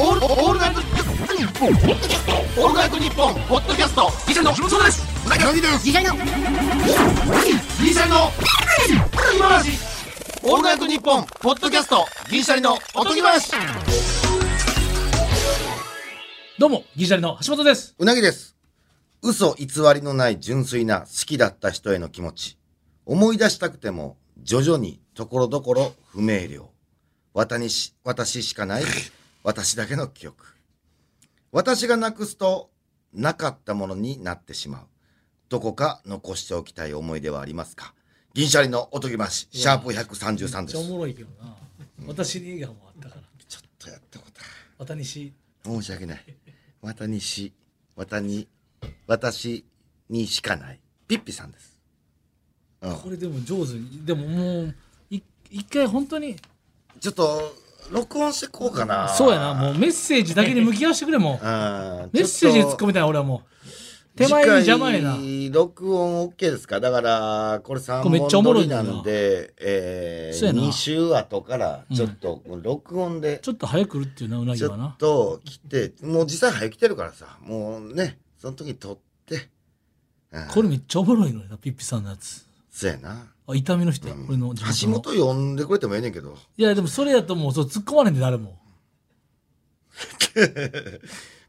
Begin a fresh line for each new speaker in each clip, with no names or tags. オールオールナイトニッポンオールナイトニッポンポッドキャストギシャリの木本壮ですうなぎの
ギシャリの
ギシャリの今話オールナイトニッポンポッドキャストギシャリのおとぎ話
どうも、ギリシャリの橋本です。
うなぎです。嘘偽りのない純粋な好きだった人への気持ち。思い出したくても、徐々にところどころ不明瞭。私し、私しかない、私だけの記憶。私がなくすと、なかったものになってしまう。どこか残しておきたい思い出はありますか銀シャリのおとぎまし、シャープ133
めっ
で
ち
す。
ゃお
ちょっ
もろいけどな。私に映画もあったから。
とやったこと
渡西。
申し訳ない。綿にし、綿に、私にしかない。ピッピさんです。うん、
これでも上手に。でももう、い一回本当に、
ちょっと、録音してこうかな。
そうやな。もうメッセージだけに向き合わせてくれもう。
うん。
メッセージ突っ込みたいな、俺はもう。手前に邪魔やな。
次回録音 OK ですかだから、これ3
これめっ
本
ちゃおも
撮
ろい
り
んだ
な
よなん
で、え
そう
ー、
やな
2週後から、ちょっと、録音で、
ちょっと早く来るっていうな、うなぎ
ち
は
ょ
な
っ。と来て、もう実際早く来てるからさ、もうね、その時に撮って、うん、
これめっちゃおもろいのよな、ピッピさんのやつ。
そうやな。
あ、痛みの人や、俺の地元の
橋本呼んでくれてもええねんけど。
いや、でもそれやともう、そう突っ込まれんで、誰も。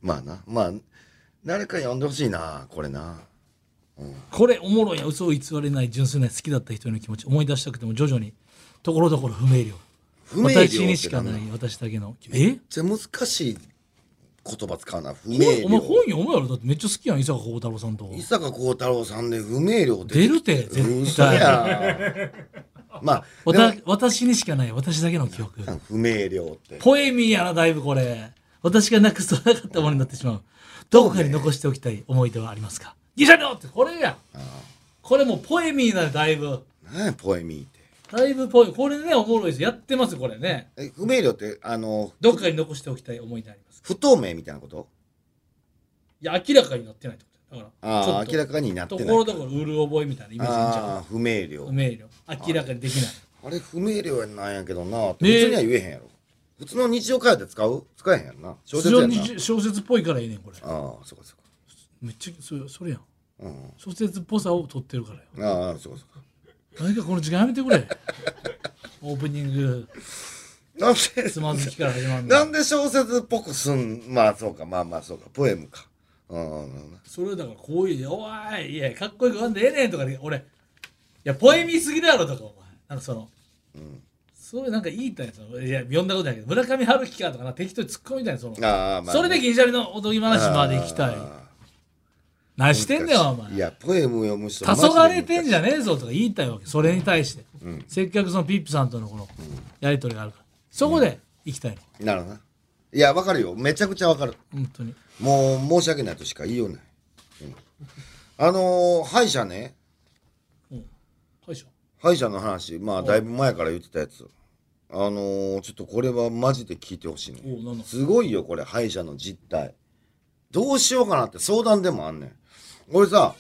まあな、まあ、誰か呼んでほしいな、これな。
これおもろいや嘘を偽れない純粋な好きだった人への気持ち思い出したくても徐々にところどころ不明瞭
不明瞭って
私にしかない
めっ
私だけのえ
ちゃ難しい言葉使うな、不明
お前本
瞭。
読むやろだってめっちゃ好きやん伊坂幸太郎さんと
伊坂幸太郎さんで不明瞭
出
出
る
てき
て絶
嘘
対
やん。まあ、
わ
で
た
も
私にしかない私だけの記憶
不明瞭って。
ポエミーやなだいぶこれ私がなくすとなかったものになってしまうどこかに残しておきたい思い出はありますかギシャリョってこれやんこれもうポエミーなのだいぶ
何や、ポエミーって。
だいぶポエこれねおもろいですやってますこれね
え不明瞭って、あの、
どっかに残しておきたい思い出あります
不透明みたいなこと
いや、明らかになってないってことだよだから、
ああ、
ち
明
ょ
ら
っ
かになって
と
な
と
い。
ころどころうる覚えみたいなイメージにち
あ
ゃ
あ、不明瞭
う。。明瞭。明らかにできない。
あれ不明瞭なんやけどなって
ね
普通には言えへんやろ、普通の日常会話で使う使えへんやんな小
非
説や
常
んな
に小説っぽいからいいねん、これ。
ああそうかそうか
めっちゃ、それそれやん。
うん
小説っぽさを取ってるからよ。
ああそうかそうか
何かこの時間やめてくれ。 オープニング、
なんで
つまずきから始まるの
なんで小説っぽくすんまあそうかまあまあそうかポエムかうん
それだからこういう、おーい、いや、かっこよく読んでええねんとかで、俺、いや、ポエミーすぎだろとか、お前。なんかその、そういうなんか言いたいやつ、いや、読んだことないけど、村上春樹かとかな、適当に突っ込みたいな、その。
ああまあ
それで銀シャリのおとぎ話まで行きたい。何してんだよ、お前
い。やポエム読む人
黄昏てんじ
ゃ
ゃねえぞとか言いたいわけ。それに対して。せっかくそのピップさんとのこのやりとりがあるから。そこで行きたいの。
なるほどないやわかるよめちゃくちゃわかる
本当に。
もう申し訳ないとしか言いようない、うんあのー歯医者ね
はいしょ。
歯医者の話まあだいぶ前から言ってたやつあのーちょっとこれはマジで聞いてほしい
おうなん
の
だ
すごいよこれ歯医者の実態どうしようかなって相談でもあんねん俺さ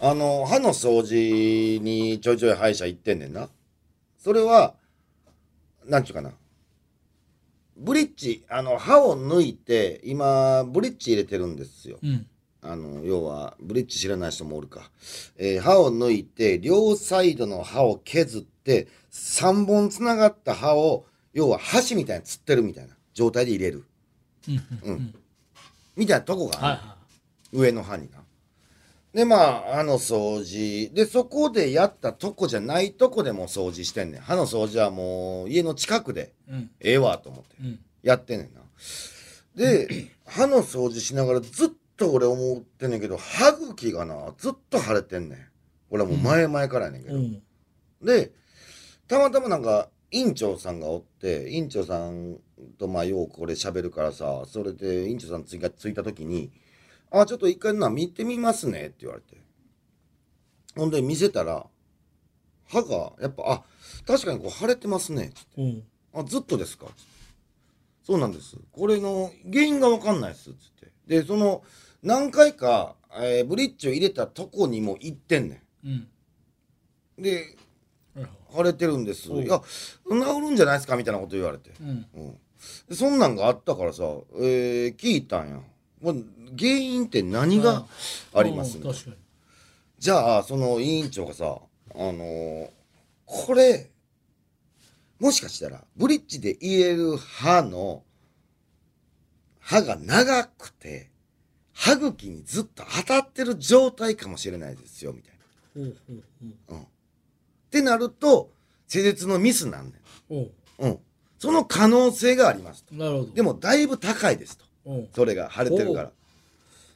あのー歯の掃除にちょいちょい歯医者行ってんねんなそれはなんちゅうかなブリッジあの歯を抜いて今ブリッジ入れてるんですよ
うん。
あの要はブリッジ知らない人もおるか、えー歯を抜いて両サイドの歯を削って3本つながった歯を要は箸みたいにつってるみたいな状態で入れる
うん。うん
みたいなとこがある
はいは
上の歯にな。でまあ歯の掃除でそこでやったとこじゃないとこでも掃除してんねん歯の掃除はもう家の近くで
い。うん。
ええわと思って
うん。
やってんねんな。 で、歯の掃除しながらずっと俺思ってんねんけど、歯茎がな、ずっと腫れてんねん。俺はもう前々からやねんけど。
うん。
で、たまたまなんか、院長さんがおって、院長さんとまあようこれ喋るからさ、それで院長さんついたついた時に、あ、ちょっと一回な、見てみますねって言われて。ほんで見せたら、歯が、やっぱ、あ、確かにこう腫れてますね。
うん。
あ、ずっとですかそうなんです。これの原因がわかんないです。つって。で、その、何回か、えーブリッジを入れたとこにも行ってんね
うん。
ん。で、
はいはい
腫れてるんです。
おう
いや、治るんじゃないですかみたいなこと言われて。
うん。
うん。そんなんがあったからさ、えー聞いたんや。もう原因って何があります、
うん
ね、
確かに
じゃあ、その委員長がさ、あのーこれ、もしかしたら、ブリッジで入れる歯の、歯が長くて、歯茎にずっと当たってる状態かもしれないですよ、みたいな。
おうおう
ってなると、施術のミスなんだよ。
おう
うん。その可能性がありますと。
おうなるほど
でも、だいぶ高いですと。
おう
それが腫れてるから。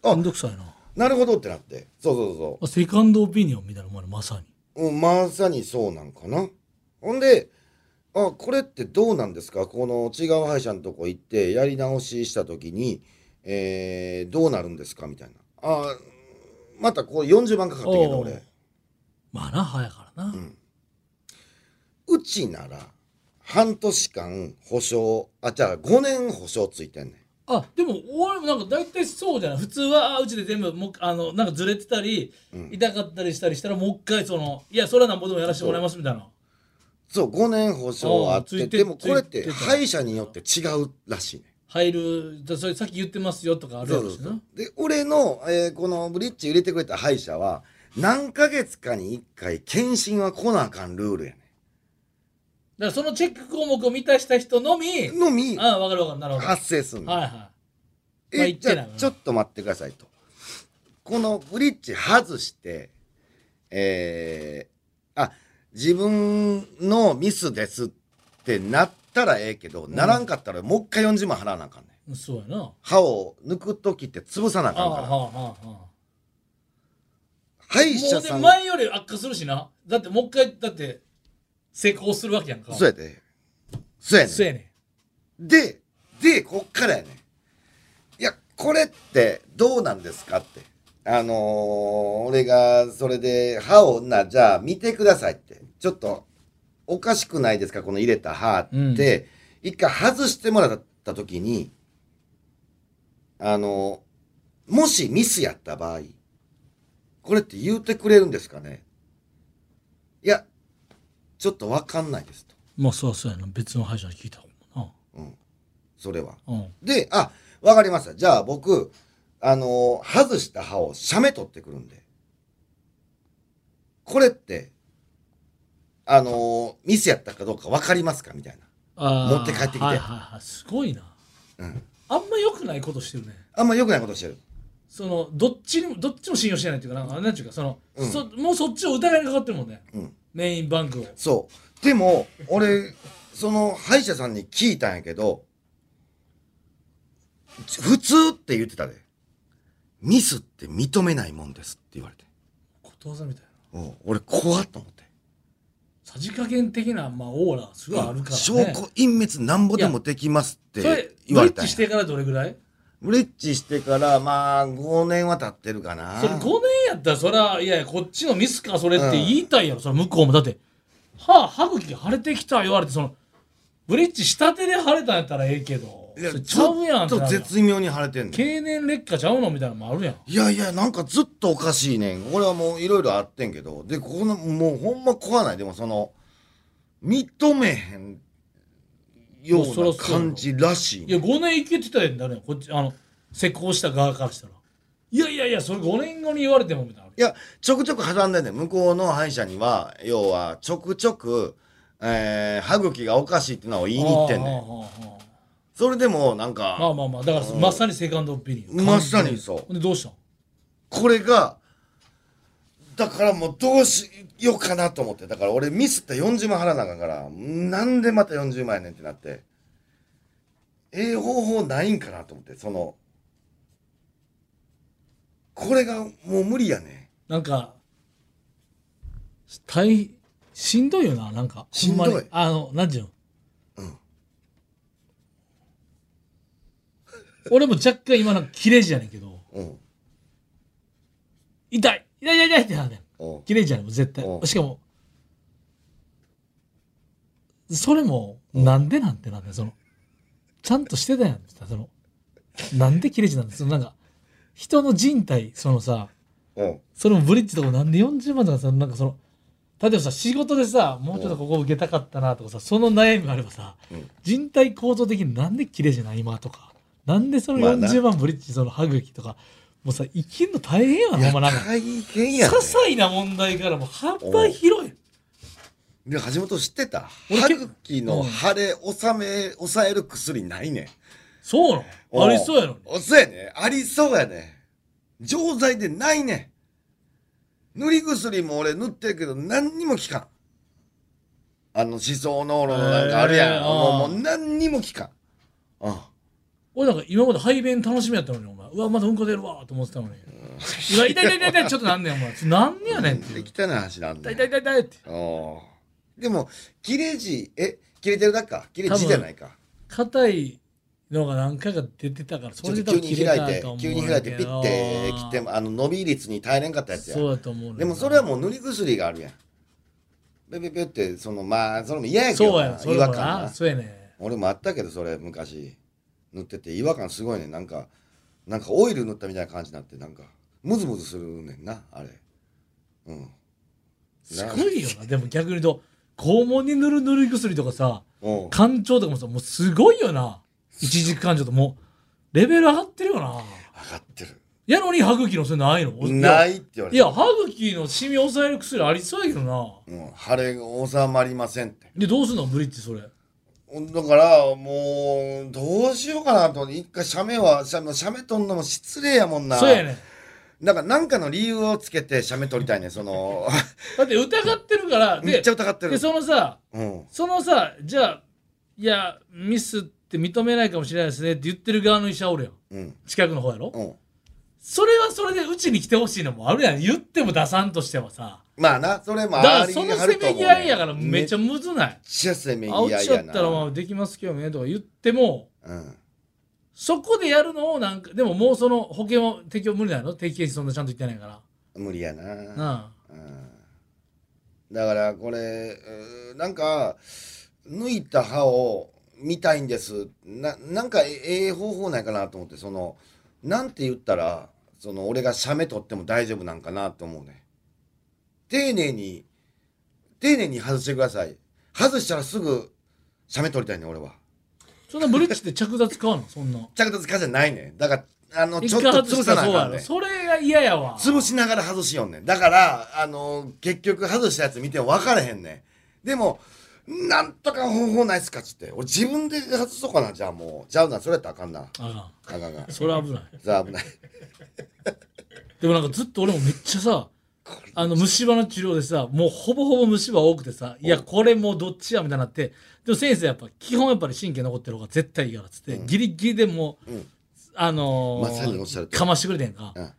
あ
めんどくさいな
なるほどってなって。そうそうそう。
セカンドオピニオンみたいなもんやまさに
うん、まさにそうなんかな。ほんで、あ、これってどうなんですかこの違う歯医者のとこ行って、やり直しした時に、えーどうなるんですかみたいな。あ、またこう40万かかってんけど、
おう
俺。
まあな早いからな、
んうちなら、半年間保証、あ、じゃあ5年保証ついてんねん。
あでも俺もなんか大体そうじゃない普通はあうちで全部もうあのなんかずれてたり、痛かったりしたりしたらもう一回そのいやそれはなんぼでもやらせてもらいますみたいな
そう、5年保証あっ
おうつ
て、
いて
でもこれって
ついてた
歯医者によって違うらしいねん。
入るじゃあそれさっき言ってますよとかある
そ
や
うそ
ろ
う
し
そ
な
うで俺の、えーこのブリッジ入れてくれた歯医者は何ヶ月かに1回検診は来なあかんルールやね
だからそのチェック項目を満たした人のみ
んのみ
ああ分かる分かるなるほどはい
発生すんの、
はまあ
え
言っ
じゃ
てない
あちょっと待ってくださいとこのブリッジ外してえーあ自分のミスですってなったらええけど、ならんかったらもう一回40万払わなあかんねん
いそうやな
歯を抜く時って潰さなあ
あ
か
あ
ん
は
か
あ
ら
はあはあ
歯医
も
者
うで
さん
前より悪化するしなだってもう一回だって成功するわけやんか
そうやでそうやねん
そうやね
で、で、こっからやね。いや、これってどうなんですかって。あのー俺がそれで歯をな、じゃあ見てくださいって。ちょっと、おかしくないですかこの入れた歯って。
うん
一回外してもらった時に、あのーもしミスやった場合、これって言うてくれるんですかねいや、ちょっとわかんないですと。
んまあそうそうやな別の歯医者に聞いたも
それは。
んな
で、あ、わかりました。じゃあ僕、あのー外した歯をシャメ取ってくるんで。これって、あのーミスやったかどうかわかりますかみたいな。
あー
持って帰ってきて
はいはいはいすごいな
うん。
あんま良くないことしてるね
あんま良くないことしてる。
そのどっちにもどっちも信用してないっていうかなんかなんていうかその、
うん
そもうそっちを疑いにかかってるもんね、
うん
メインバンクを
そう。でも、俺、その歯医者さんに聞いたんやけど、普通って言ってたで。ミスって認めないもんですって言われて。
ことわざみたいな
おう俺、怖っと思って。
さじ加減的な、まあ、オーラすごいあるから、ね、
証拠隠滅なんぼでもできますっ
それ
て言
ブ
わ
リ
れ
ッ
たん
ジ
や
してからどれぐらい
ブリッジしてからまあ5年は経ってるかな
それ5年やったらそらいやいやこっちのミスかそれって言いたいやろ、その向こうもだって歯歯茎腫れてきた言われてそのブリッジしたてで腫れたんやったらええけど
いや
それち
ち
ゃうや
ょ
ん
っ
って
と
なるやん
絶妙に腫れてんの
経年劣化ちゃうのみたいなのもあるやん
いやいやなんかずっとおかしいねん俺はもういろいろあってんけどでここのもうほんま怖ないでもその認めへんよ
もうそら
うな
そうやろ
感じらしい
いや5年いけてたやんだねこっちあの施工した側からしたらいやいやいやそれ5年後に言われてもみたいない
や、ちょくちょく挟んでんねん向こうの歯医者には、要は、ちょくちょく、えー、歯茎がおかしいってのを言いに行ってんねん。
ね
それでも、なんか、
まあまあまあだからまさにセカンドオピニオン
まさにそう
ほんでどうしたん
これがだからもうどうしようかなと思ってだから俺ミスった40万払わなあかんからなんでまた40万やねんってなってええ方法ないんかなと思ってそのこれがもう無理やね
なんか、大、しんどいよな、なんか。
しんどい
ほまにあの、なんていうの。俺も若干今なんか切れ字やねんけど、
うん
痛い痛い痛い痛いってなるねん。
お
切れ字やねん、もう絶対
お。
しかも、それも、なんでなんてなんだよ、その、ちゃんとしてたやんってさ、その、なんで切れ字なんだよ、そのなんか、人の人体、そのさ、
お
それもブリッジとかなんで40万とかさなんかその例えばさ仕事でさもうちょっとここ受けたかったなとかさその悩みがあればさ、
うん
人体構造的になんで綺麗じゃない今とかなんでその
まあな
40万ブリッジその歯茎とかもうさ生きんの大変や
い
な
や
ほんまなんか
大変
些
やね
細な問題からもう幅広い
で橋本知ってた
俺
歯茎の腫れ収め抑える薬ないねん
そうな
お
のありそうやのに
おそうやねありそうやね錠剤でないねん塗り薬も俺塗ってるけど何にも効かんあの思想濃炉のなんかあるやん、
へー
も
あー
うもう何にも効かんあ
俺なんか今まで排便楽しみやったのにお前うわまだうんこ出るわと思ってたのにうわ痛い痛い痛い痛いちょっとなんねんお前なんね やねんっていう
できたな話なん
痛
だ
い痛い痛い痛いって
おでも切れ字え切れてるだけか切れ字じゃないか
硬いのが何回か出てたから
ち
そ
ょっ
れで
と急
多分
に
切
開
れ
い
た
て
と思う
急
ん
に
や
開いて
けど
ピッて切ってもあの伸び率に耐えれんかったやつや
そうだと思うねんな
でもそれはもう塗り薬があるやん。ペペペってそのまあそれも嫌やけど
そう
な
やそれ
違
も
和感
な
な
そうやね
俺もあったけどそれ昔塗ってて違和感すごいねなんかなんかオイル塗ったみたいな感じになってなんかムズムズするねんなあれうん
すごいよなでも逆に言うと肛門に塗る塗り薬とかさ
おう
肝腸とかもさもうすごいよな一時間腸ともうレベル上がってるよな
上がってる
やのに歯茎のそれないの
ないいって言われ
い
て
や歯茎のシミを抑える薬ありそうやけどな
うん、腫れが収まりませんって
でどうすんのブリッジそれ
だからもうどうしようかなと思って一回シャメはシャメシャメ取んのも失礼やもんな
そうやねん
なんか何かの理由をつけてシャメ取りたいねその
だって疑ってるから
めっ
で
ちゃ疑ってる
でそのさ
うん、
そのさじゃあいやミスって認めないかもしれないですねって言ってる側の医者おるやん
うん、
近くの方やろ
うん。
それはそれでうちに来てほしいのもあるやん言っても出さんとしてはさ
まあな、それも
だから
あり
その
は
せ
ると
め
思う、ね。
ぎ合いやからめっちゃ
めっ
むずない
ちゃせめぎ
あう
合い
ちや
や
っ
な。
たらまあできますけどねとか言っても
うん。
そこでやるのをなんかでももうその保険を適用無理なの定期検診そんなちゃんと言ってないか
無理や
ら
な。
な
うん。だからこれ、うーなんか、抜いた歯を見たいんです。な、なんかえええ方法ないかなと思って、その、なんて言ったら、その、俺がシャメ取っても大丈夫なんかなと思うね。丁寧に、丁寧に外してください。外したらすぐ、シャメ取りたいね、俺は。
そんなブリッジって着座使うのそんな
着脱かじゃないねんだからあのち
一
ょっ
回
と
外
潰
した
さな
ら
い
そ
う
や
からね
ろそれが嫌やわ
潰しながら外しよんねんだからあの結局外したやつ見ても分からへんねんでもなんとか方法ないっすかっつって俺自分で外そうかなじゃあもうちゃうなそれやったらあかんな
あか
あかんあかん
んそれは危ない
さあ危ない
でもなんかずっと俺もめっちゃさあの虫歯の治療でさもうほぼほぼ虫歯多くてさいやこれもうどっちやみたいになってでも先生やっぱ基本やっぱり神経残ってる方が絶対いいからっつって、ギリギリでもう、
うん
あのー
まさにおっしゃる通り
かましてくれてんか、
うん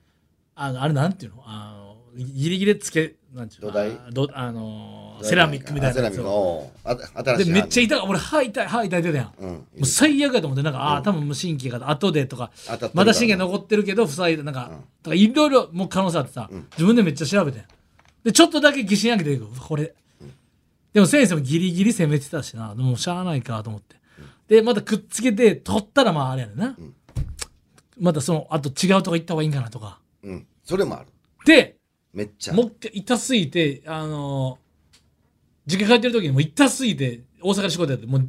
あのあれなんていうのあのギリギリつけなんていうの
土台
あーどあのーセラミックみたいな
セ
や
ラ
つ
ミック
を
のあ新し
で
い
めっちゃ
ゃ
痛い俺歯痛い歯痛い出てたやん、も
うん
う最悪やと思ってなんか、ああー多分もう神経が後でとか
当たってるから
まだ神経残ってるけど塞いでなんか,、とかいろいろもう可能性あってさ、自分でめっちゃ調べてんでちょっとだけ疑心暗鬼でうわこれ、でも先生もギリギリ攻めてたしなでもしゃあないかと思って、でまたくっつけて取ったらまああれやねんな、またそのあと違うとこ行った方がいいんかなとか
うんそれもある
で
めっちゃ
もう一回痛すぎてあのー実家帰ってる時にもう痛すぎて大阪で仕事やってもう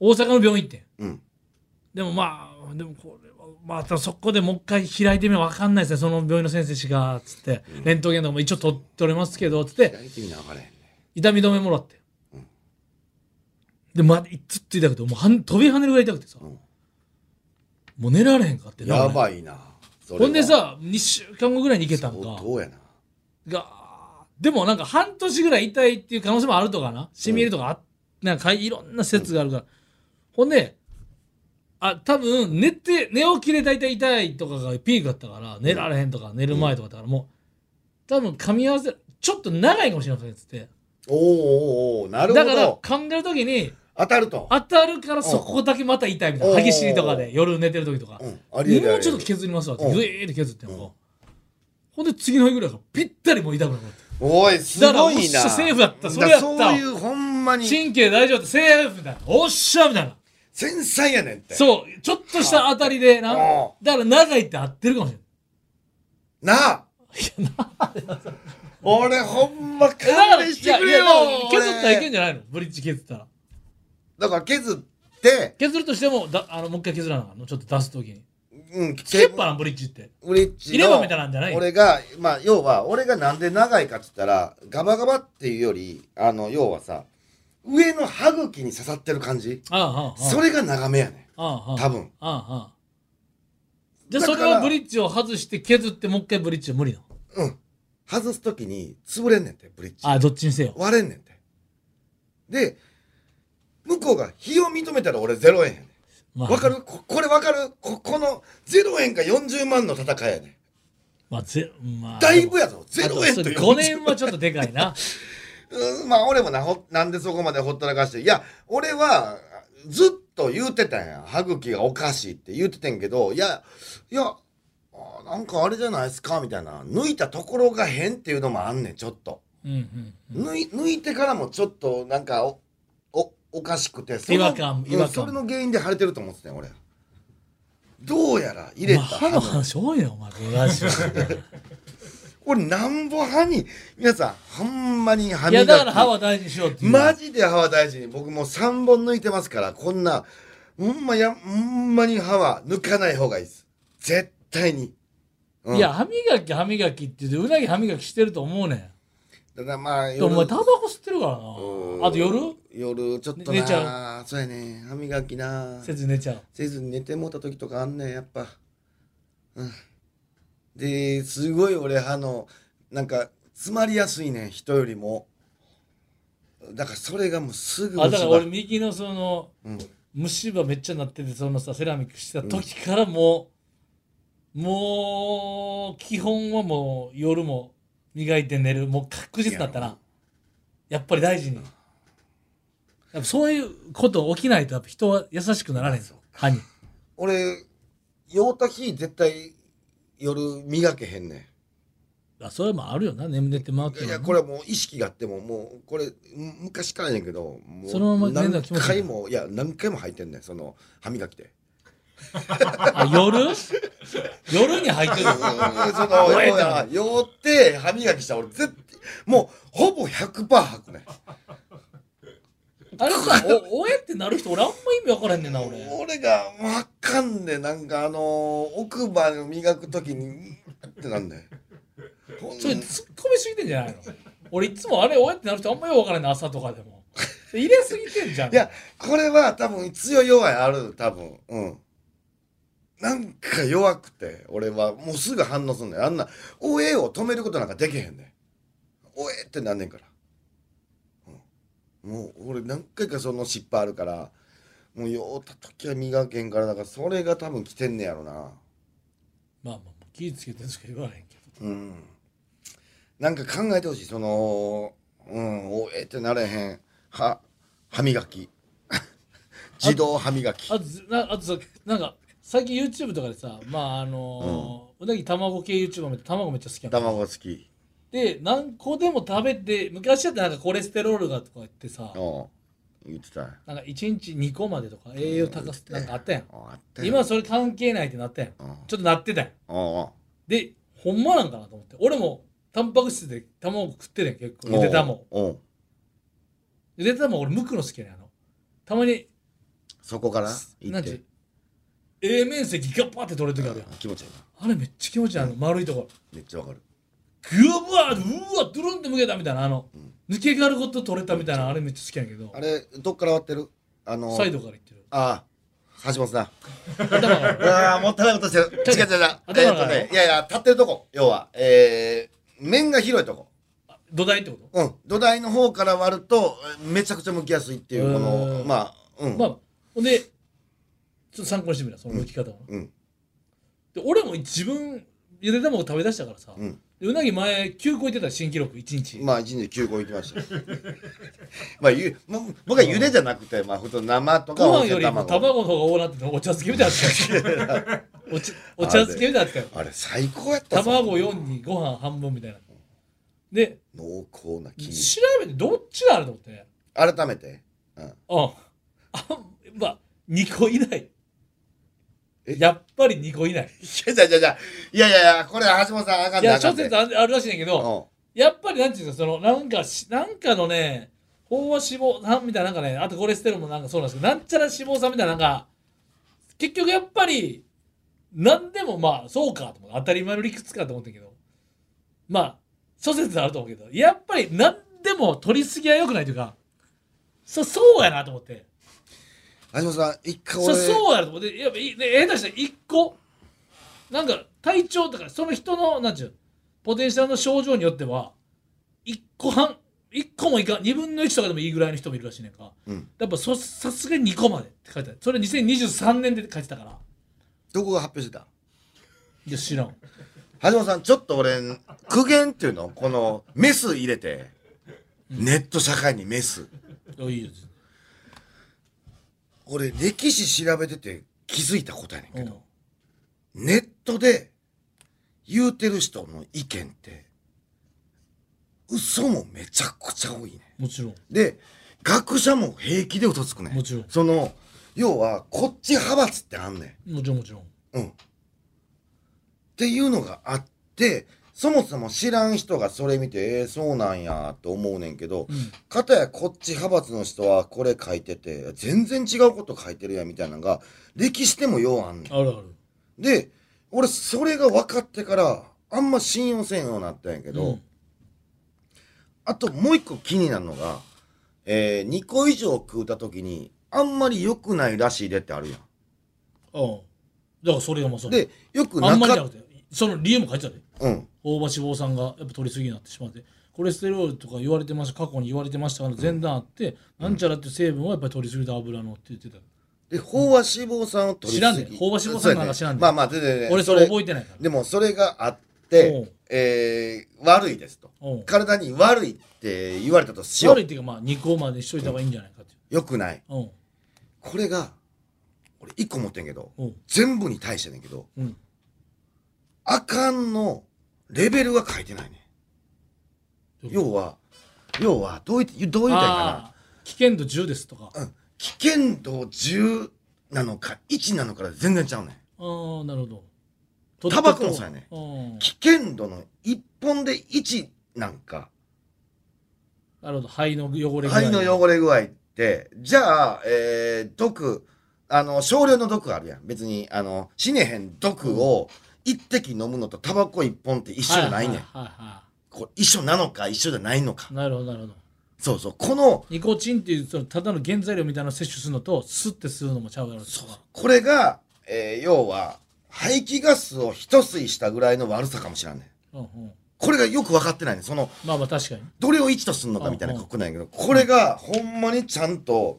大阪の病院行ってん
うん
でもまあでもこれはまあただそこでもう一回開いてみよう分かんないですねその病院の先生しかつって、レントゲンとかも一応取取れますけどつって
やりてみな分からへんね
痛み止めもらって、でまあずっと痛くてもうはん飛び跳ねるぐらい痛くてさ、
ん
もう寝られへんかってな
や
俺
ばいなそれは
ほんでさ2週間後ぐらいに行けたん
相
か
当やな
がでもなんか半年ぐらい痛いっていう可能性もあるとかなしみるとかあ、なんかいろんな説があるから、ほんであ多分寝て寝起きで大体痛いとかがピークだったから寝られへんとか寝る前とかだからもう多分噛み合わせちょっと長いかもしれませんっつって
おーおーおーなるほ
だから
ど
噛んでる時に
当たると
当たるからそこだけまた痛いみたい
おう
な激しいとかで夜寝てる時とか、
うんありえる
も
あ
う
り
ち
え
ょっ
る
と削りますわって
うん
グイーって削ってもう、ほんで次の日ぐらいからぴったりもう痛くなくなって。
おいす
だから
ご
おっ
い
し
な
ゃセーフだったそれやった
だからそういうほんまに
神経大丈夫だセーフみたいなおっしゃみたいな
繊細やねんって
そうちょっとした当たりでな
うん
だから長いって合ってるかもしれ
なあ
ないいやな
俺ほんま
えだから
勘弁し
い
て
や
く
い
れよ
や削ったらいけん
俺
じゃないのブリッジ削ったら
だから削って
削るとしてもだあのもう一回削らなあかんのちょっと出すときに
うん
スケッパーなブリッジって
ブリッジの
入れ歯みたいなんじゃない
俺がまあ要は俺がなんで長いかっつったらガバガバっていうよりあの要はさ上の歯茎に刺さってる感じ
ああああああ
それが長めやね
ああ
ん
ああ
多分
ああああじゃ
だ
あ
か
そ
ら
れはブリッジを外して削ってもう一回ブリッジは無理なの
うん外す時に潰れんねんてブリッジ
ああどっちにせよ
割れんねんてで向こうが非を認めたら俺0円やね
ま
ん
あ
わかるここれわかるここの0円か40万の戦いやねん
まあぜまあ
だいぶやぞ0
あと
円と
それ
40
5年はちょっとでかいな
うんまあ俺もなほなんでそこまでほったらかしていや俺はずっと言うてたんや歯茎がおかしいって言うててんけどいやいやあなんかあれじゃないですかみたいな抜いたところが変っていうのもあんねんちょっと、
うんうんうん
抜い抜いてからもちょっとなんかおおおかしくてその
違和感
うん
違和感
それの原因で腫れてると思ってたんや俺どうやら入れた
まあ歯の話多いなお前このラジオい
俺なんぼ歯に皆さんほんまに歯磨き
やだから歯は大事にしようっていう
マジで歯は大事に僕もう3本抜いてますからこんなほんまやほんまに歯は抜かない方がいいです絶対に、うん、
いや歯磨き歯磨きって言ってうなぎ歯磨きしてると思うねん
ただまあ
でもお前タバコ吸ってるからな
うん
あと夜
夜ちょっと
寝
な
寝ちゃ
そうやね歯磨きな
せず寝ちゃう
せずに寝てもうた時とかあんねんやっぱうんですごい俺歯のなんか詰まりやすいねん人よりもだからそれがもうすぐ
あだか
虫
ら
歯
俺右のその
うん
虫歯めっちゃなっててそのさセラミックしてた時からもう、もう基本はもう夜も磨いて寝るもう確実だったなやっぱり大事にやっぱそういうこと起きないとやっぱ人は優しくならないんですよ歯に
俺用た日絶対夜磨けへんね
あそれもあるよな眠れてまうって
んい
い
う
の
や
はね
これはもう意識があってももうこれむ昔からやねんけどもう
そのまま寝る
何
のは気持ち悪い
回もいや何回も履いてんねんその歯磨きで
あ夜夜に入ってる
その
燃えた
要は用って歯磨きしたら俺絶対もうほぼ100%履くねん
あれさ、お、おえってなる人、俺あんま意味わからへんねんな、俺。
俺がわかんねえなんかあのー奥歯を磨く時にうんってなんねんほん
それ、突っ込みすぎてんじゃないの俺、いつもあれ、おえってなる人、あんまよくわからへんねん、朝とかでも。入れすぎてんじゃん。
いや、これは多分強い弱いある多分うんなんか弱くて俺はもうすぐ反応すんねんあんな「おえ」を止めることなんかできへんねん「おえ」ってなんねんから、うん、もう俺何回かその失敗あるからもう酔った時は磨けんからだからそれが多分来てんねやろな
まあまあ、気ぃつけてしか言わへんけど。
うんなんか考えてほしいそのうん「おえ」ってなれへん歯歯磨き 自動歯磨き
あとず、なあとさ、なんか、最近 YouTube とかでさ、まあ、あのーうなぎ卵系 YouTuber 見て、卵めっちゃ好きやん。
卵好き
で、何個でも食べて、昔だってなんかコレステロールがとか言ってさ、
お言ってたよ
なんか1日2個までとか栄養高すってなんかあったやん。
あって
今それ関係ないってなったやん。
うん
ちょっとなってたやん。
おう
で、ほんまなんかなと思って。俺も、タンパク質で卵食ってるやん、結構。
おう
ゆで卵。
おう
ゆで卵俺、剥くの好きやねん、あの。たまに、
そこから行
な
っ
ん
て
て、A 面積ガッパって取れる時あるやん。
気持ちいいな
あれめっちゃ気持ちいい、あの、丸いところ。
めっちゃわかる
グワーうわ、ドゥルンって剥けたみたいな、あの、抜け殻ごと取れたみたいな、あれめっちゃ好きやねんけど
あ、れどっから割ってるあの
サイドからいってる。
ああ橋本さん
頭から。
うわーもったいないことしてる
ちょっと
違う違う違う
頭
えーっ
が
とねいやいや立ってるとこ要はえー面が広いとこ
土台ってこ
うん土台の方から割るとえーめちゃくちゃ剥きやすいっていうこ
う
の
ん
まあう
と
ん
まあ、ほんで、ちょっと参考にしてみな、その剥き方を。
うん
で、俺も自分、ゆで卵食べ出したからさ、
うん
でうなぎ前9個いってた新記録1日、
まあ1日9個行きました よまあゆもう僕は茹でじゃなくてまあ普通生とか
ご
温
飯よ
泉
りも卵の方が多なっててお茶漬けみたいな扱 いお茶お茶漬けみたいな扱い
あれ最高やったぞ
卵4にご飯半分みたいなで
濃厚な筋肉
調べてどっちだあると思って
改めて、うん、
ああまあ2個以内
え
やっぱり2個以内
いやいやいやいやいやいやこれ橋本さんあかん
いや
あか
諸
んで
説あるあるらしいねんだけど
う
やっぱりなんていうんですかそのなんかしなんかのね飽和脂肪酸みたいななんかねあとコレステロールもなんかそうなんですけどなんちゃら脂肪酸みたいななんか結局やっぱり何でもまあそうかと思って当たり前の理屈かと思ったけどまあ諸説あると思うけどやっぱり何でも取りすぎはよくないというかそそうやなと思って。
橋本さん一回
そ
俺
そうやると思うでやっぱいね下手したら1個なんか体調とかその人のなんちゅうポテンシャルの症状によっては1個半1個もいかん2分の1とかでもいいぐらいの人もいるらしいねんか
うん、
やっぱそさすがに2個までって書いてあるそれ2023年で書いてたから
どこが発表してた
いや知らん
橋本さんちょっと俺苦言っていうのこのメス入れてネット社会にメス
いやいいよ
俺歴史調べてて気づいたことやねんけ
全
ど
然、
ネットで言うてる人の意見って嘘もめちゃくちゃ多いね
もちろん
で学者も平気で嘘つくね
もちろん
その要はこっち派閥ってあんねん
もちろんもちろん
うん。っていうのがあって、そもそも知らん人がそれ見て、えー、そうなんやと思うねんけど、
うん
かたやこっち派閥の人はこれ書いてて、全然違うこと書いてるやんみたいなのが、歴史でもようあんね
あるある
ん。で、俺それが分かってから、あんま信用せんようになったんやけ
け
ど、あともう一個気になるのが、え2個以上食うた時に、あんまり良くないらしいでってあるや
うん、うんだからそれがもうそ
ん。
う
で、よく
あ
なん
まりじゃ
か
な
っ
くてその理由も書いてたで
うん。
大葉脂肪酸がやっぱ取りすぎになってしまってコレステロールとか言われてました過去に言われてましたから前段あって、なんちゃらっていう成分はやっぱり取りすぎた油のって言ってた、
で飽和脂肪酸を取り
知らんねん飽和脂肪酸なんか知ら
そうや
んねん
まあまあ全然
俺それ覚えてないから
でもそれがあっ
お
て
う、
えー、悪いですと
うん
体に悪いって言われたとしよ
悪いうっていうかまあ2個までしといた方がいいんじゃないかってい
よくないうこれが俺一個持ってんけど
うんうん
全部に対してねんけど
うん
あかんのレベルが書いてないね
どういうこ
要は要はどういってどう言うたらいいか
あー危険度10ですとか
な、うん、危険度10なのか1なのかで全然ちゃうねん
ああなるほどと
タバコもそうやね
うん
危険度の1本で1なんか
なるほど肺の汚れ具合
肺の汚れ具合ってじゃあ、えー毒あの少量の毒あるやん別にあの死ねへん毒を一滴飲むのとタバコ一本って一緒じゃないねん、
はいはいはいは
これ一緒なのか一緒じゃないのか
いなるほどなるほど
そうそうこの
ニコチンっていうそのただの原材料みたいなのを摂取するのとスッて吸うのもちゃうやろとか
そうそうこれが、えー要は排気ガスを一吸いしたぐらいの悪さかもしらんねん
うんうん、
これがよく分かってないねんその
まあまあ確かに
どれを1とするのかみたいな
うんうん
ことなんやけどこれがほんまにちゃんと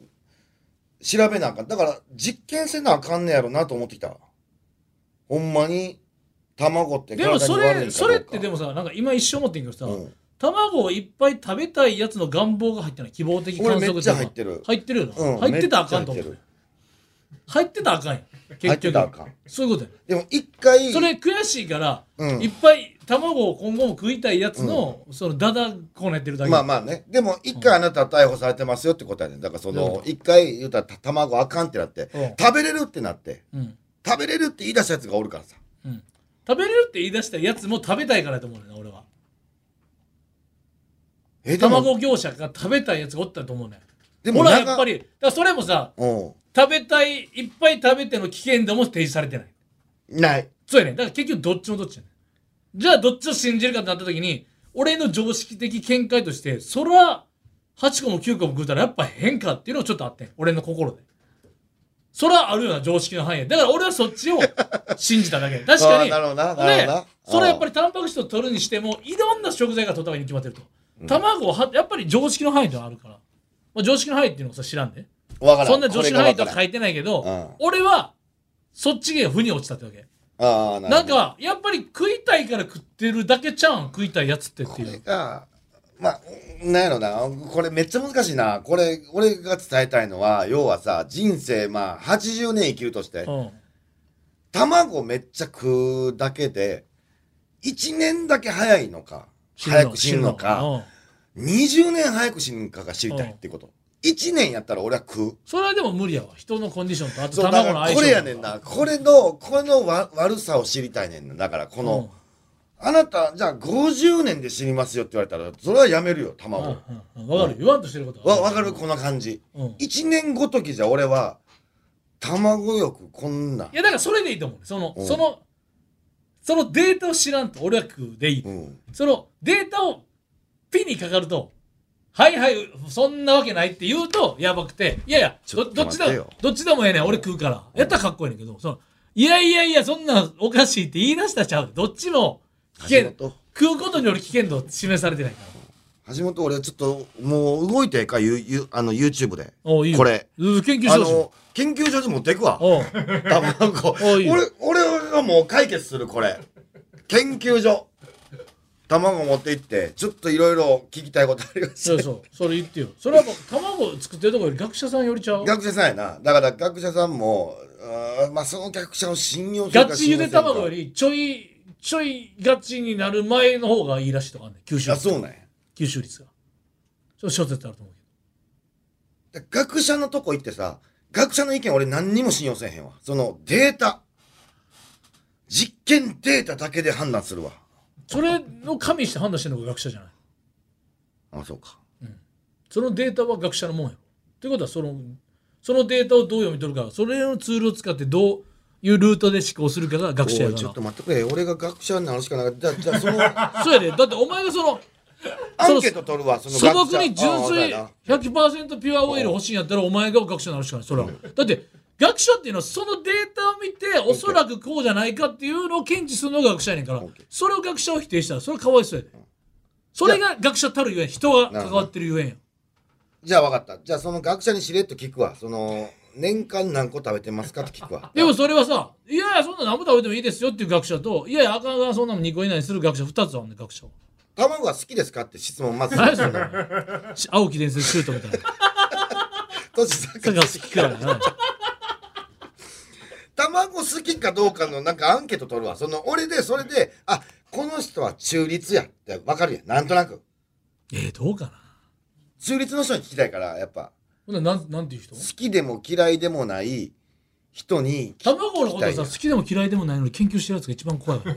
調べなあかんだから実験せなあかんねやろなと思ってきたほんまに卵って
でも
体に
そ
悪いんかどう
れ
か
それってでもさなんか今一生思ってんけどさ、
うん
卵をいっぱい食べたいやつの願望が入ってない希望的観測
俺めっちゃ入ってる
入ってるよな、
うん
入ってたらあかんと
め
思
っちゃ入って
う
る
入ってたらあかんやん
入
結
って
局
たらあかん
そういうことや
でも一回
それ悔しいから、
うん
いっぱい卵を今後も食いたいやつの、そのダダこうなってるだけ、
まあまあねでも一回あなたは逮捕されてますよってことやねんだからそ
なるほ
の
ど
一回言うたらた卵あかんってなって
うん
食べれるってなって
うん
食べれるって言い出したやつがおるからさ
うん、食べれるって言い出したやつも食べたいからと思うねんな俺は
えでも
卵業者が食べたいやつがおったと思うねん
でも
ほら
長
やっぱりだからそれもさ
うん
食べたいいっぱい食べての危険度も提示されてない
ない
そうやねんだから結局どっちもどっちやねんじゃあどっちを信じるかってなった時に俺の常識的見解としてそら8個も9個も食うたらやっぱ変かっていうのがちょっとあってん俺の心でそらあるような常識の範囲やだから俺はそっちを信じただけ確か
あー
に
なるほどな
で
なるほどな
それはやっぱりタンパク質を取るにしてもいろんな食材が取った方がいいに決まってると、卵はやっぱり常識の範囲ではあるから、まあ、常識の範囲っていうのをさ知らんで、
わからん
そんな女子の範囲と
これがわか
は
らん
書いてないけど、
うん
俺はそっちが負に落ちたってわけ。
ああ、なる
な
ほ
ん
ど
か、やっぱり食いたいから食ってるだけちゃうん、食いたいやつってって
こ
い
れ
う。
が、まあ、なんやろな、これめっちゃ難しいな。これ、俺が伝えたいのは、要はさ、人生、まあ、80年生きるとして
う、ん。
卵めっちゃ食うだけで、1年だけ早いのか、
死ぬの
早く死ぬのか、
うん
20年早く死ぬかが知りたいってこと。1年やったら俺は食う。
それはでも無理やわ。人のコンディションと、あと
そう、だか
卵の
ら
相性
ことれ
か
やねんな。これの、このわ悪さを知りたいねんな。だから、この、
うん
あなた、じゃあ50年で死にますよって言われたら、それはやめるよ、
うんう
卵。
んうんわかる言わんとしてること
わ、わかるこんな感じ。
うんい
1年ごときじゃ俺は、卵欲こんな。
やだからそれでいいと思うねその
うん
そのそのデータを知らんと俺は食うでいい
うん。
そのデータをピにかかるとはいはいそんなわけないって言うとやばくていやいや
ちょ
ど
っと
どっ
待
ちだ
ってよ
どっちでもええねん俺食うからやったらかっこいいねんけどそのいやいやいやそんなんおかしいって言い出したちゃうどっちも危
橋
険
本、
食うことによる危険度を示されてないから
橋本俺ちょっと、もう動いてええか、ゆゆあの YouTube で。
おういいよ
これ
うん研究し
あ
ようしよう
の、研究所に持っていくわ。
おう
卵。
おいいよ
俺、俺がもう解決する、これ。研究所。卵持って行って、ちょっといろいろ聞きたいことあります。
そうそうそれ言ってよそれはもう卵を作ってるとこより学者さんよりちゃう
学者さんやな。だから学者さんも、あーまあその学者を信用す
ガ
る
ッ
か
チ
信
ゆ
用せ
で
んか
卵よりちょいちょいガチになる前の方がいいらしいとかあんねん吸収
あ、そうなんや。
吸収率がちょっと諸説あると思うけ
で学者のとこ行ってさ、学者の意見俺何にも信用せえへんわ。そのデータ。実験データだけで判断するわ。
どそれの加味して判断してるのが学者じゃない
あ、そうか。
そのデータは学者のもんやろということはそのそのデータをどう読み取るかそれのツールを使ってどういうルートで思考するかが学者
お
や
い、
か
ちょっ
ら
と待ってくれ。俺が学者になるしかなかった。じゃあ、じゃあその、
そうやでだってお前がその
アンケート取るわ、その
素
学者。
朴に純
あそう
粋
やな
100%ピュアオイル欲しいんやったらお前が学者になるしかないそれはだって学者っていうのはそのデータを見ておそらくこうじゃないかっていうのを検知するのが学者やねんから
OK
それを学者を否定したらそれかわいそうやでそれが学者たるゆえん人が関わってるゆえんや
じゃあ分かった。じゃあその学者にしれっと聞くわ。その、年間何個食べてますかって聞くわ。
でもそれはさいやいやそんな何も食べてもいいですよっていう学者といやいやあかんあかんそんなの2個以内にする学者2つあるねん学者は
卵は好きですかって質問まず。
何やそれ し青木伝説シュートみたいな
としさん
それ
が
が好きからやな
卵好きかどうかのなんかアンケート取るわ。その、俺でそれで、あ、この人は中立やって分かるやん。なんとなく。
えーどうかな
中立の人に聞きたいから、やっぱ、
ほんならなんなんていう人
好きでも嫌いでもない人に、
卵のこ
聞
と
きた
さ
い
好
な
きでも嫌いでもないのに研究してるやつが一 番怖いわ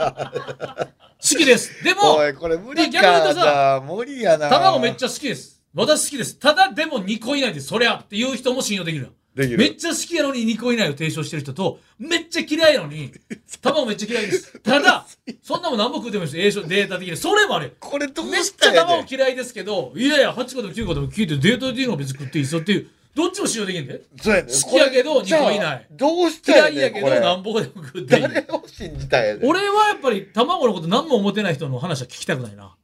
好きですでも
おい、これ無理
いや逆に言
か。
う
じ
とさ
ゃあ、無理やな。
卵めっち
ゃ。
ゃ好きです私好きですただでも2個以内でそりゃっていう人も信用できるよ
でき
めっ
る。
ちゃ好きやのに2個以内を提唱してる人とめっちゃ嫌いなのに卵めっちゃ嫌いですただそんなもん何も食うてもいいです栄養データ的にそれもあれ
これどう
めっ
し
ち
た
ゃ
ら
卵
やねん
嫌いですけどいやいや8個でも9個でも聞いてデータ的には別に食っていいですよっていうどっちも信用できるんで
そうやねん
好きやけど
これ
二個以内
じゃあどうした
嫌
ら
いや
ね
け
ん
ど
これ
なんぼでも食っていい
誰を信じたいやねん
俺はやっぱり卵のこと何も思ってない人の話は聞きたくないな。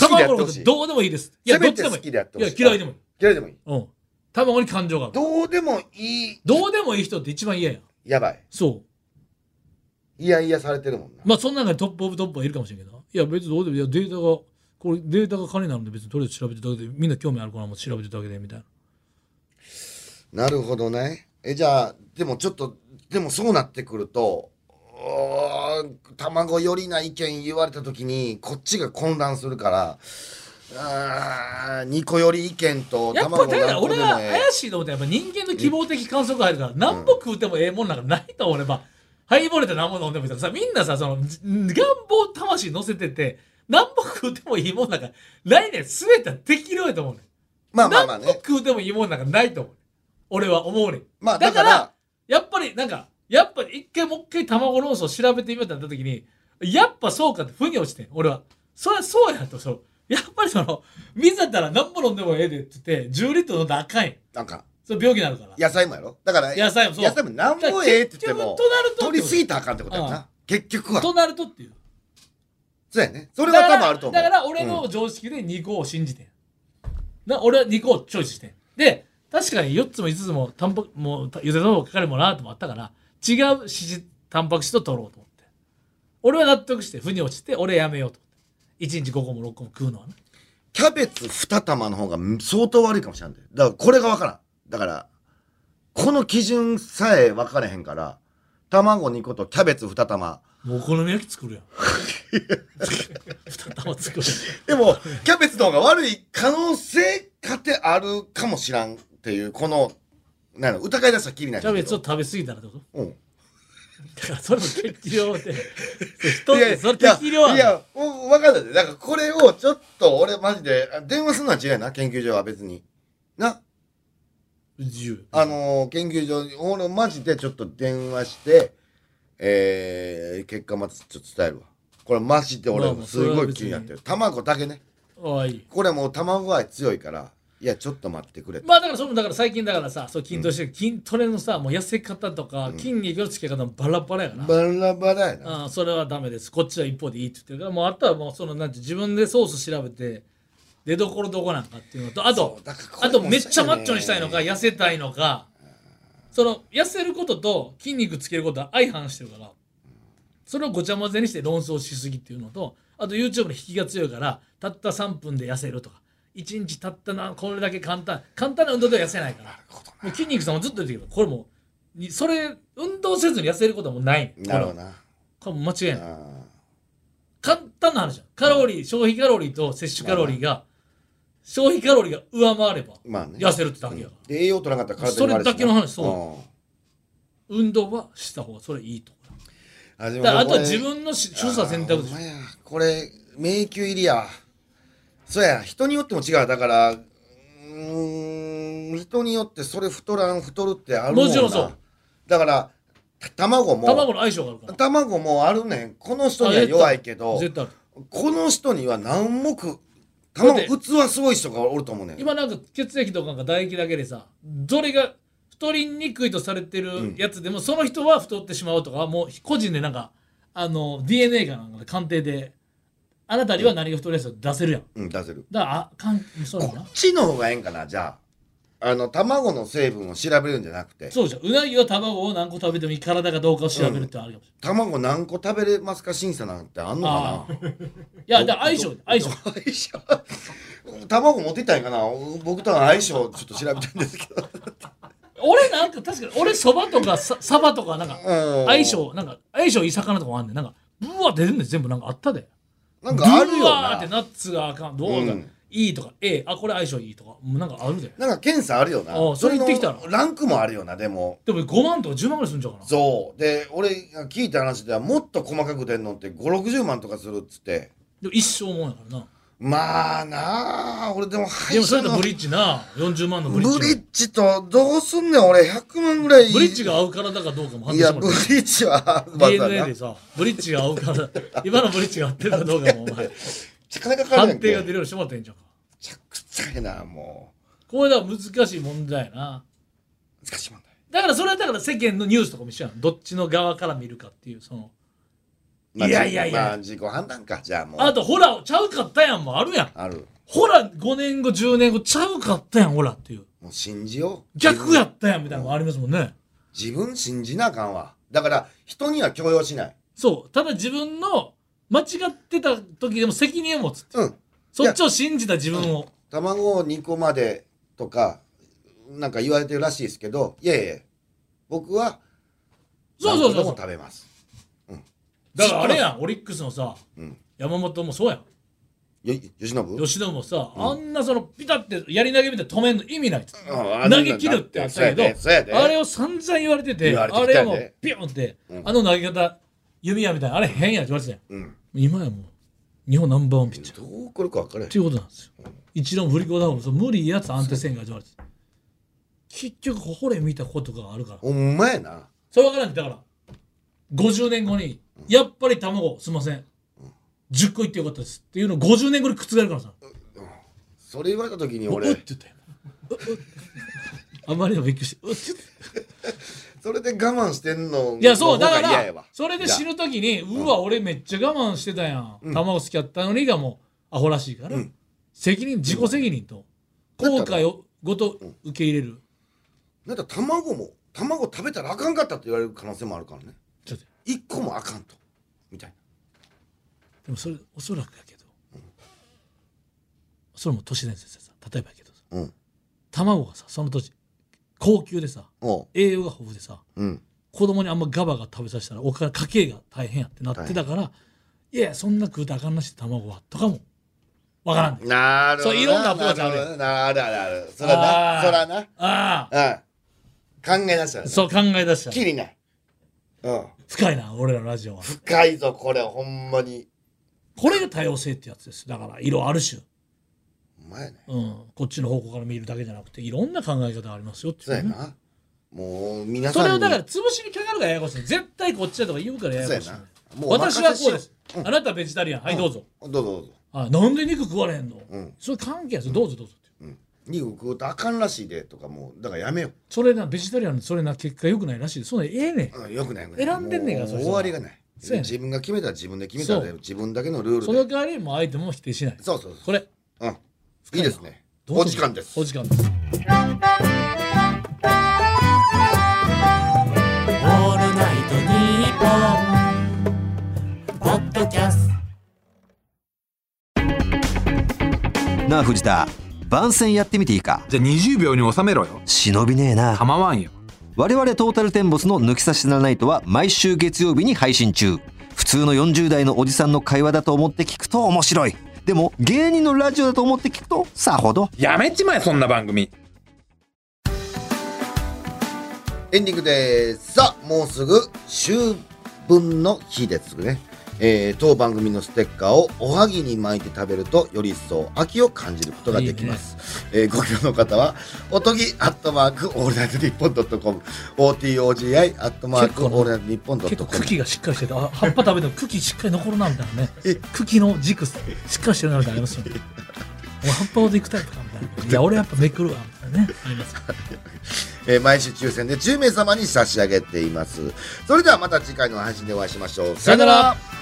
好きでや
卵
って
のこ
ほし
と
い
どうでもいいです。いや、
せ
どっ
め
ち
て
でもい
好きでやって
い。
ほ
いや
しい、
嫌いでもいい。
嫌いでもいい
うん。卵に感情がある。
どうでもいい
どうでもいい人って一番嫌や。
やばい
そ
いやいやされてるもんな
う。まあ、その中でトップオブトップはいるかもしれんけど。いや、別にどうでもいい。いや、データが、これデータが金なんで別にとりあえず調べてるだけで、みんな興味あるからもう調べてるだけで、みたいな。
なるほどねえじゃあでもちょっとでもそうなってくるとうーん卵寄りな意見言われた時にこっちが混乱するからあー2個寄り意見と
やっぱ
卵
だから
何個
俺
で
は
もええ
怪しいと思ったらやっぱ人間の希望的観測があるから何ぼ食うてもええもんなんかないと俺はハイボールで何も飲んでもいいとかさみんなさそのじ願望魂乗せてて何ぼ食うてもいいもんなんかないねん全ては適量やと思うねん
まあまあまあね
何ぼ食うてもいいもんなんかないと思うねん俺は思うねん
まあ
だ
だ
か
からら
やっぱりなんかやっぱり一回もう一回卵論争を調べてみようってなった時にやっぱそうかって腑に落ちてん俺はそりゃそうやとそのやっぱりその水だったら何ぼ飲んでもええでって言って10リットル飲んだらあかんやん
なんか
それ病気になるから。
野菜もやろだから
野菜もそう
野菜も何もええって言っても
結局となると
取りすぎたらあかんってことや
う
なん結局は
となるとっていう。
そうやねそれは多分あると思う
だからだから俺
うん
の常識で2個を信じてん。な俺は2個をチョイスしてん。で、確かに4つも5つもタンパク、もうたゆで卵かかるもんなともあったから、違う脂質、タンパク質を取ろうと思って。俺は納得して、腑に落ちて、俺やめようと思って。1日5個も6個も食うのはね。
キャベツ2玉の方が相当悪いかもしれない。だからこれが分からん。だから、この基準さえ分からへんから、卵2個とキャベツ2玉。
もうお好み焼き作る やん。2玉作る。
でも、キャベツの方が悪い可能性かてあるかもしらんっていう、この、なんやろ疑い出したらきりない。
キャベツを食べ過ぎたらってこと
うん。
だからそれも適量 で人っ
いや
てそれ適量ある
いやいやお分かったでだからこれをちょっと俺マジであ電話するのは違うな研究所は別にな
自由
あのー研究所に俺マジでちょっと電話してえー、結果またちょっと伝えるわこれマジで
まあま
俺
あ
すごい気になってる卵だけね
ああいい
これもう卵愛強いからいやちょっと待ってくれ
まあだからそのだから最近だからさそう筋トレしてる、筋トレのさもう痩せ方とか、筋肉のつけ方もバラバラやから、
バラバラやな
ああそれはダメですこっちは一方でいいって言ってるからもうあとはもうそのなんて自分でソース調べて出どころどこなんかっていうのとあと
そうだからこれ
あ
も
とめっちゃマッチョにしたいのか
そうや
痩せたいのかその痩せることと筋肉つけることは相反してるからそれをごちゃ混ぜにして論争しすぎっていうのとあと YouTube の引きが強いからたった3分で痩せるとか1日たったなこれだけ簡単簡単な運動では痩せないからもう筋肉さんもずっと言ってるけどこれもうにそれ運動せずに痩せることはもうないねん
なるほどな
これもう間違いない
あ
簡単な話じゃんカロリー、消費カロリーと摂取カロリーが消費カロリーが上回れば
ーまあね
痩せるってだけやから、
で栄養取らなかったら体に悪いしな
それだけの話そうん運動はした方がそれいいと思
あで
う
も
だからあとは
これ
自分のし所作選択でし
あーほんま
ょ
やこれ迷宮入りやそうや人によっても違うだからうーん人によってそれ太らん太るってあるもんな
もちろんそう
だからた卵も
卵の相性があるから
卵もあるねんこの人には弱いけど
絶対ある
この人には何もく卵
だって
器すごい人がおると思うねん
今なんか血液とかが唾液だけでさどれが太りにくいとされてるやつでも、その人は太ってしまうとかもう個人でなんかあの DNA かなんかで鑑定であなたには何が太りやすいと出せるやん
うん出せる
だからあかんそうや
こ
な
っちの方がええんかなじゃああの卵の成分を調べるんじゃなくて
そうじゃんうなぎは卵を何個食べてもいい体かどうかを調べるってのはあるかもし
卵何個食べれますか審査なんてあんのかな
れない、いやだから相性相性
相性 卵持ってったんやかな僕との相性をちょっと調べたんですけど
俺なんか確かに俺そばとかさサバとかなんか
うん
相性なんか相性いい魚とかもあんねんなんかブワーって出るんで全部なんかあったで
なんかある
ブ
よ
ワー
な
ってナッツがあかんどうが、
うん
いいとか A あこれ相性いいとかもうなんかあるで
なんか検査あるよな
あそれ
の
行ってきたの
ランクもあるよなでも
でも5万とか10万ぐらいするんちゃうかな
そうで俺が聞いた話ではもっと細かく出んのって560万とかするっつって
でも一生もんやからな
まあなあ俺でも歯
で
医
もそ
者
れと
の
ブリッジな40万のブ
ブ
リッジ
リッジとどうすんねん俺100万ぐらい
ブリッジが合う体かどうかも判
い
定し
や
ても
ブ
ら
リ
う
ッジはまあそうや
DNA
な
でさブリッジが合う体 今のブリッジが合ってるかどうかもお前
ちゃかなかかるや
判
んけ
定が出るようにしてもらっていいんちゃうか
めちゃくちゃやなも
これだから難しい問題やな
う難しい問題
だからそれはだから世間のニュースとかも一緒やんどっちの側から見るかっていうその
まあ
いやいやいや
まあ、自己判断か。じゃあもう。
あとほらちゃうかったやんもあるやん
ある。
ほら5年後10年後ちゃうかったやんほらっていう
もう信じよう。
逆やったやんみたいなのもありますもんね
自分。自分信じなあかんわ。だから、人には強要しない。
そうただ自分の間違ってた時でも責任を持つっていう
うん。
そっちを信じた自分を
卵を2個までとか、なんか言われてるらしいですけど、いやいや僕は、
そうそうそ
何個
う
で
そ
も
う
食べます。
だからあれやんオリックスのさ
うん。
山本もそうやん
よ、吉信
吉野もさあんなそのピタってやり投げみたいに止めんの意味ないっつって
うんあ
投げ切るってあったけど
そうやでそうやで
あれを散々言われてて
言われて
あ
きたよ
れ
ね
もうピュンって
うん
あの投げ方弓矢みたいなあれ変やって言われてたやん
うん。
今やもう日本ナンバーワンピッチャー
どう来るか分からへん
って。いうことなんですよ。一度も振り子だもん、その無理やつ安定せんから言われて。結局、ほれ見たことがあるから。
ほんまやな。
それ分からんって、だから、50年後に、やっぱり卵、すいません。10個いってよかったですっていうのを50年後に覆るからさ。
それ言われた時に
うっっ
俺
て、言ったよ。ううっあんまりのびっくりして、うっって言った。
それで我慢してんの
いや、そう、
の
だ
方
か
が嫌や
ら
わ、
それで死ぬときに、うわ、俺めっちゃ我慢してたやん。卵好きやったのにがもう、アホらしいから、
うん
責任、自己責任と、
うん
後悔をごと受け入れる。
なんか卵も卵食べたらあかんかったって言われる可能性もあるからね
ちょっと
一個もあかんとみたい
でもそれおそらくやけど、それも都市伝説でさ例えばやけどさ
なうん
卵がさその年高級でさ
おう
栄養が豊富でさ
うん
子供にあんまガバガバ食べさせたらお金家計が大変やってなってたから、い、やいやそんな食うたらあかんなし卵はとかもわからんで、
なるほど
そういろんなアプローチあるやん
なほどなあるあるあるそらな
あー
そらな
ああ
うん考え出したらな
そう考え出した
きりないうん。
深いな俺らのラジオは
深いぞ、これ、ほんまに。
これが多様性ってやつですだから色ある種、
ほんまやね。
うん、こっちの方向から見るだけじゃなくていろんな考え方ありますよっていう
そう
ね
やな。もう、皆さん
そ
に。
れをだから潰しにかかるがややこしい絶対こっちだとか言うからややこしい
そうやなもうお任
私
せ
はこうで
し
す
よ、
あなたはベジタリアンはいどうぞ、
う。どうぞどうぞ。
あなんで肉食われへんの、
うん
それ関係やぞどうぞどうぞって
うん。肉食うとあかんらしいで、とかもう、だからやめよ
それなベジタリアンのそれな結果良くないらしいそんなええねん
う。うん、よくないよくない
選んでんねんから
も
そうれ
終わりがない。
そうやねん
自分が決めたら自分で決めた
そ
で、
う
自分だけのルー
そ
ルで
の。代わりもう相手も否定しない
そうそうそ
これ
う。うん。いいですね。
どうぞ
お時間です。
お時間です
オールナイトニッポン」ポッドキャスト
なあ藤田番宣やってみていいか
じゃあ20秒に収めろよ。
忍びねえな
構わんよ。
我々トータルテンボスの抜き差しならないとは毎週月曜日に配信中普通の40代のおじさんの会話だと思って聞くと面白いでも芸人のラジオだと思って聞くとさほど
やめちまえ、そんな番組。
エンディングです。さあ、もうすぐ秋分の日ですね。えー当番組のステッカーをおはぎに巻いて食べるとより一層秋を感じることができます。えーご希望の方は、おとぎアットマークオールナイトニッポンドットコム、OTOGI アットマークオールナイトニッポンドッ
結
ト
構
コム。
茎がしっかりしててあ葉っぱ食べても茎しっかり残るなみたいなね茎の軸しっかりしてるなみたいなのあります よね俺葉っぱごといくタイプかみたいないや俺やっぱめくるわみたいなねあります
えー毎週抽選で10名様に差し上げています。それではまた次回の配信でお会いしましょう。さよなら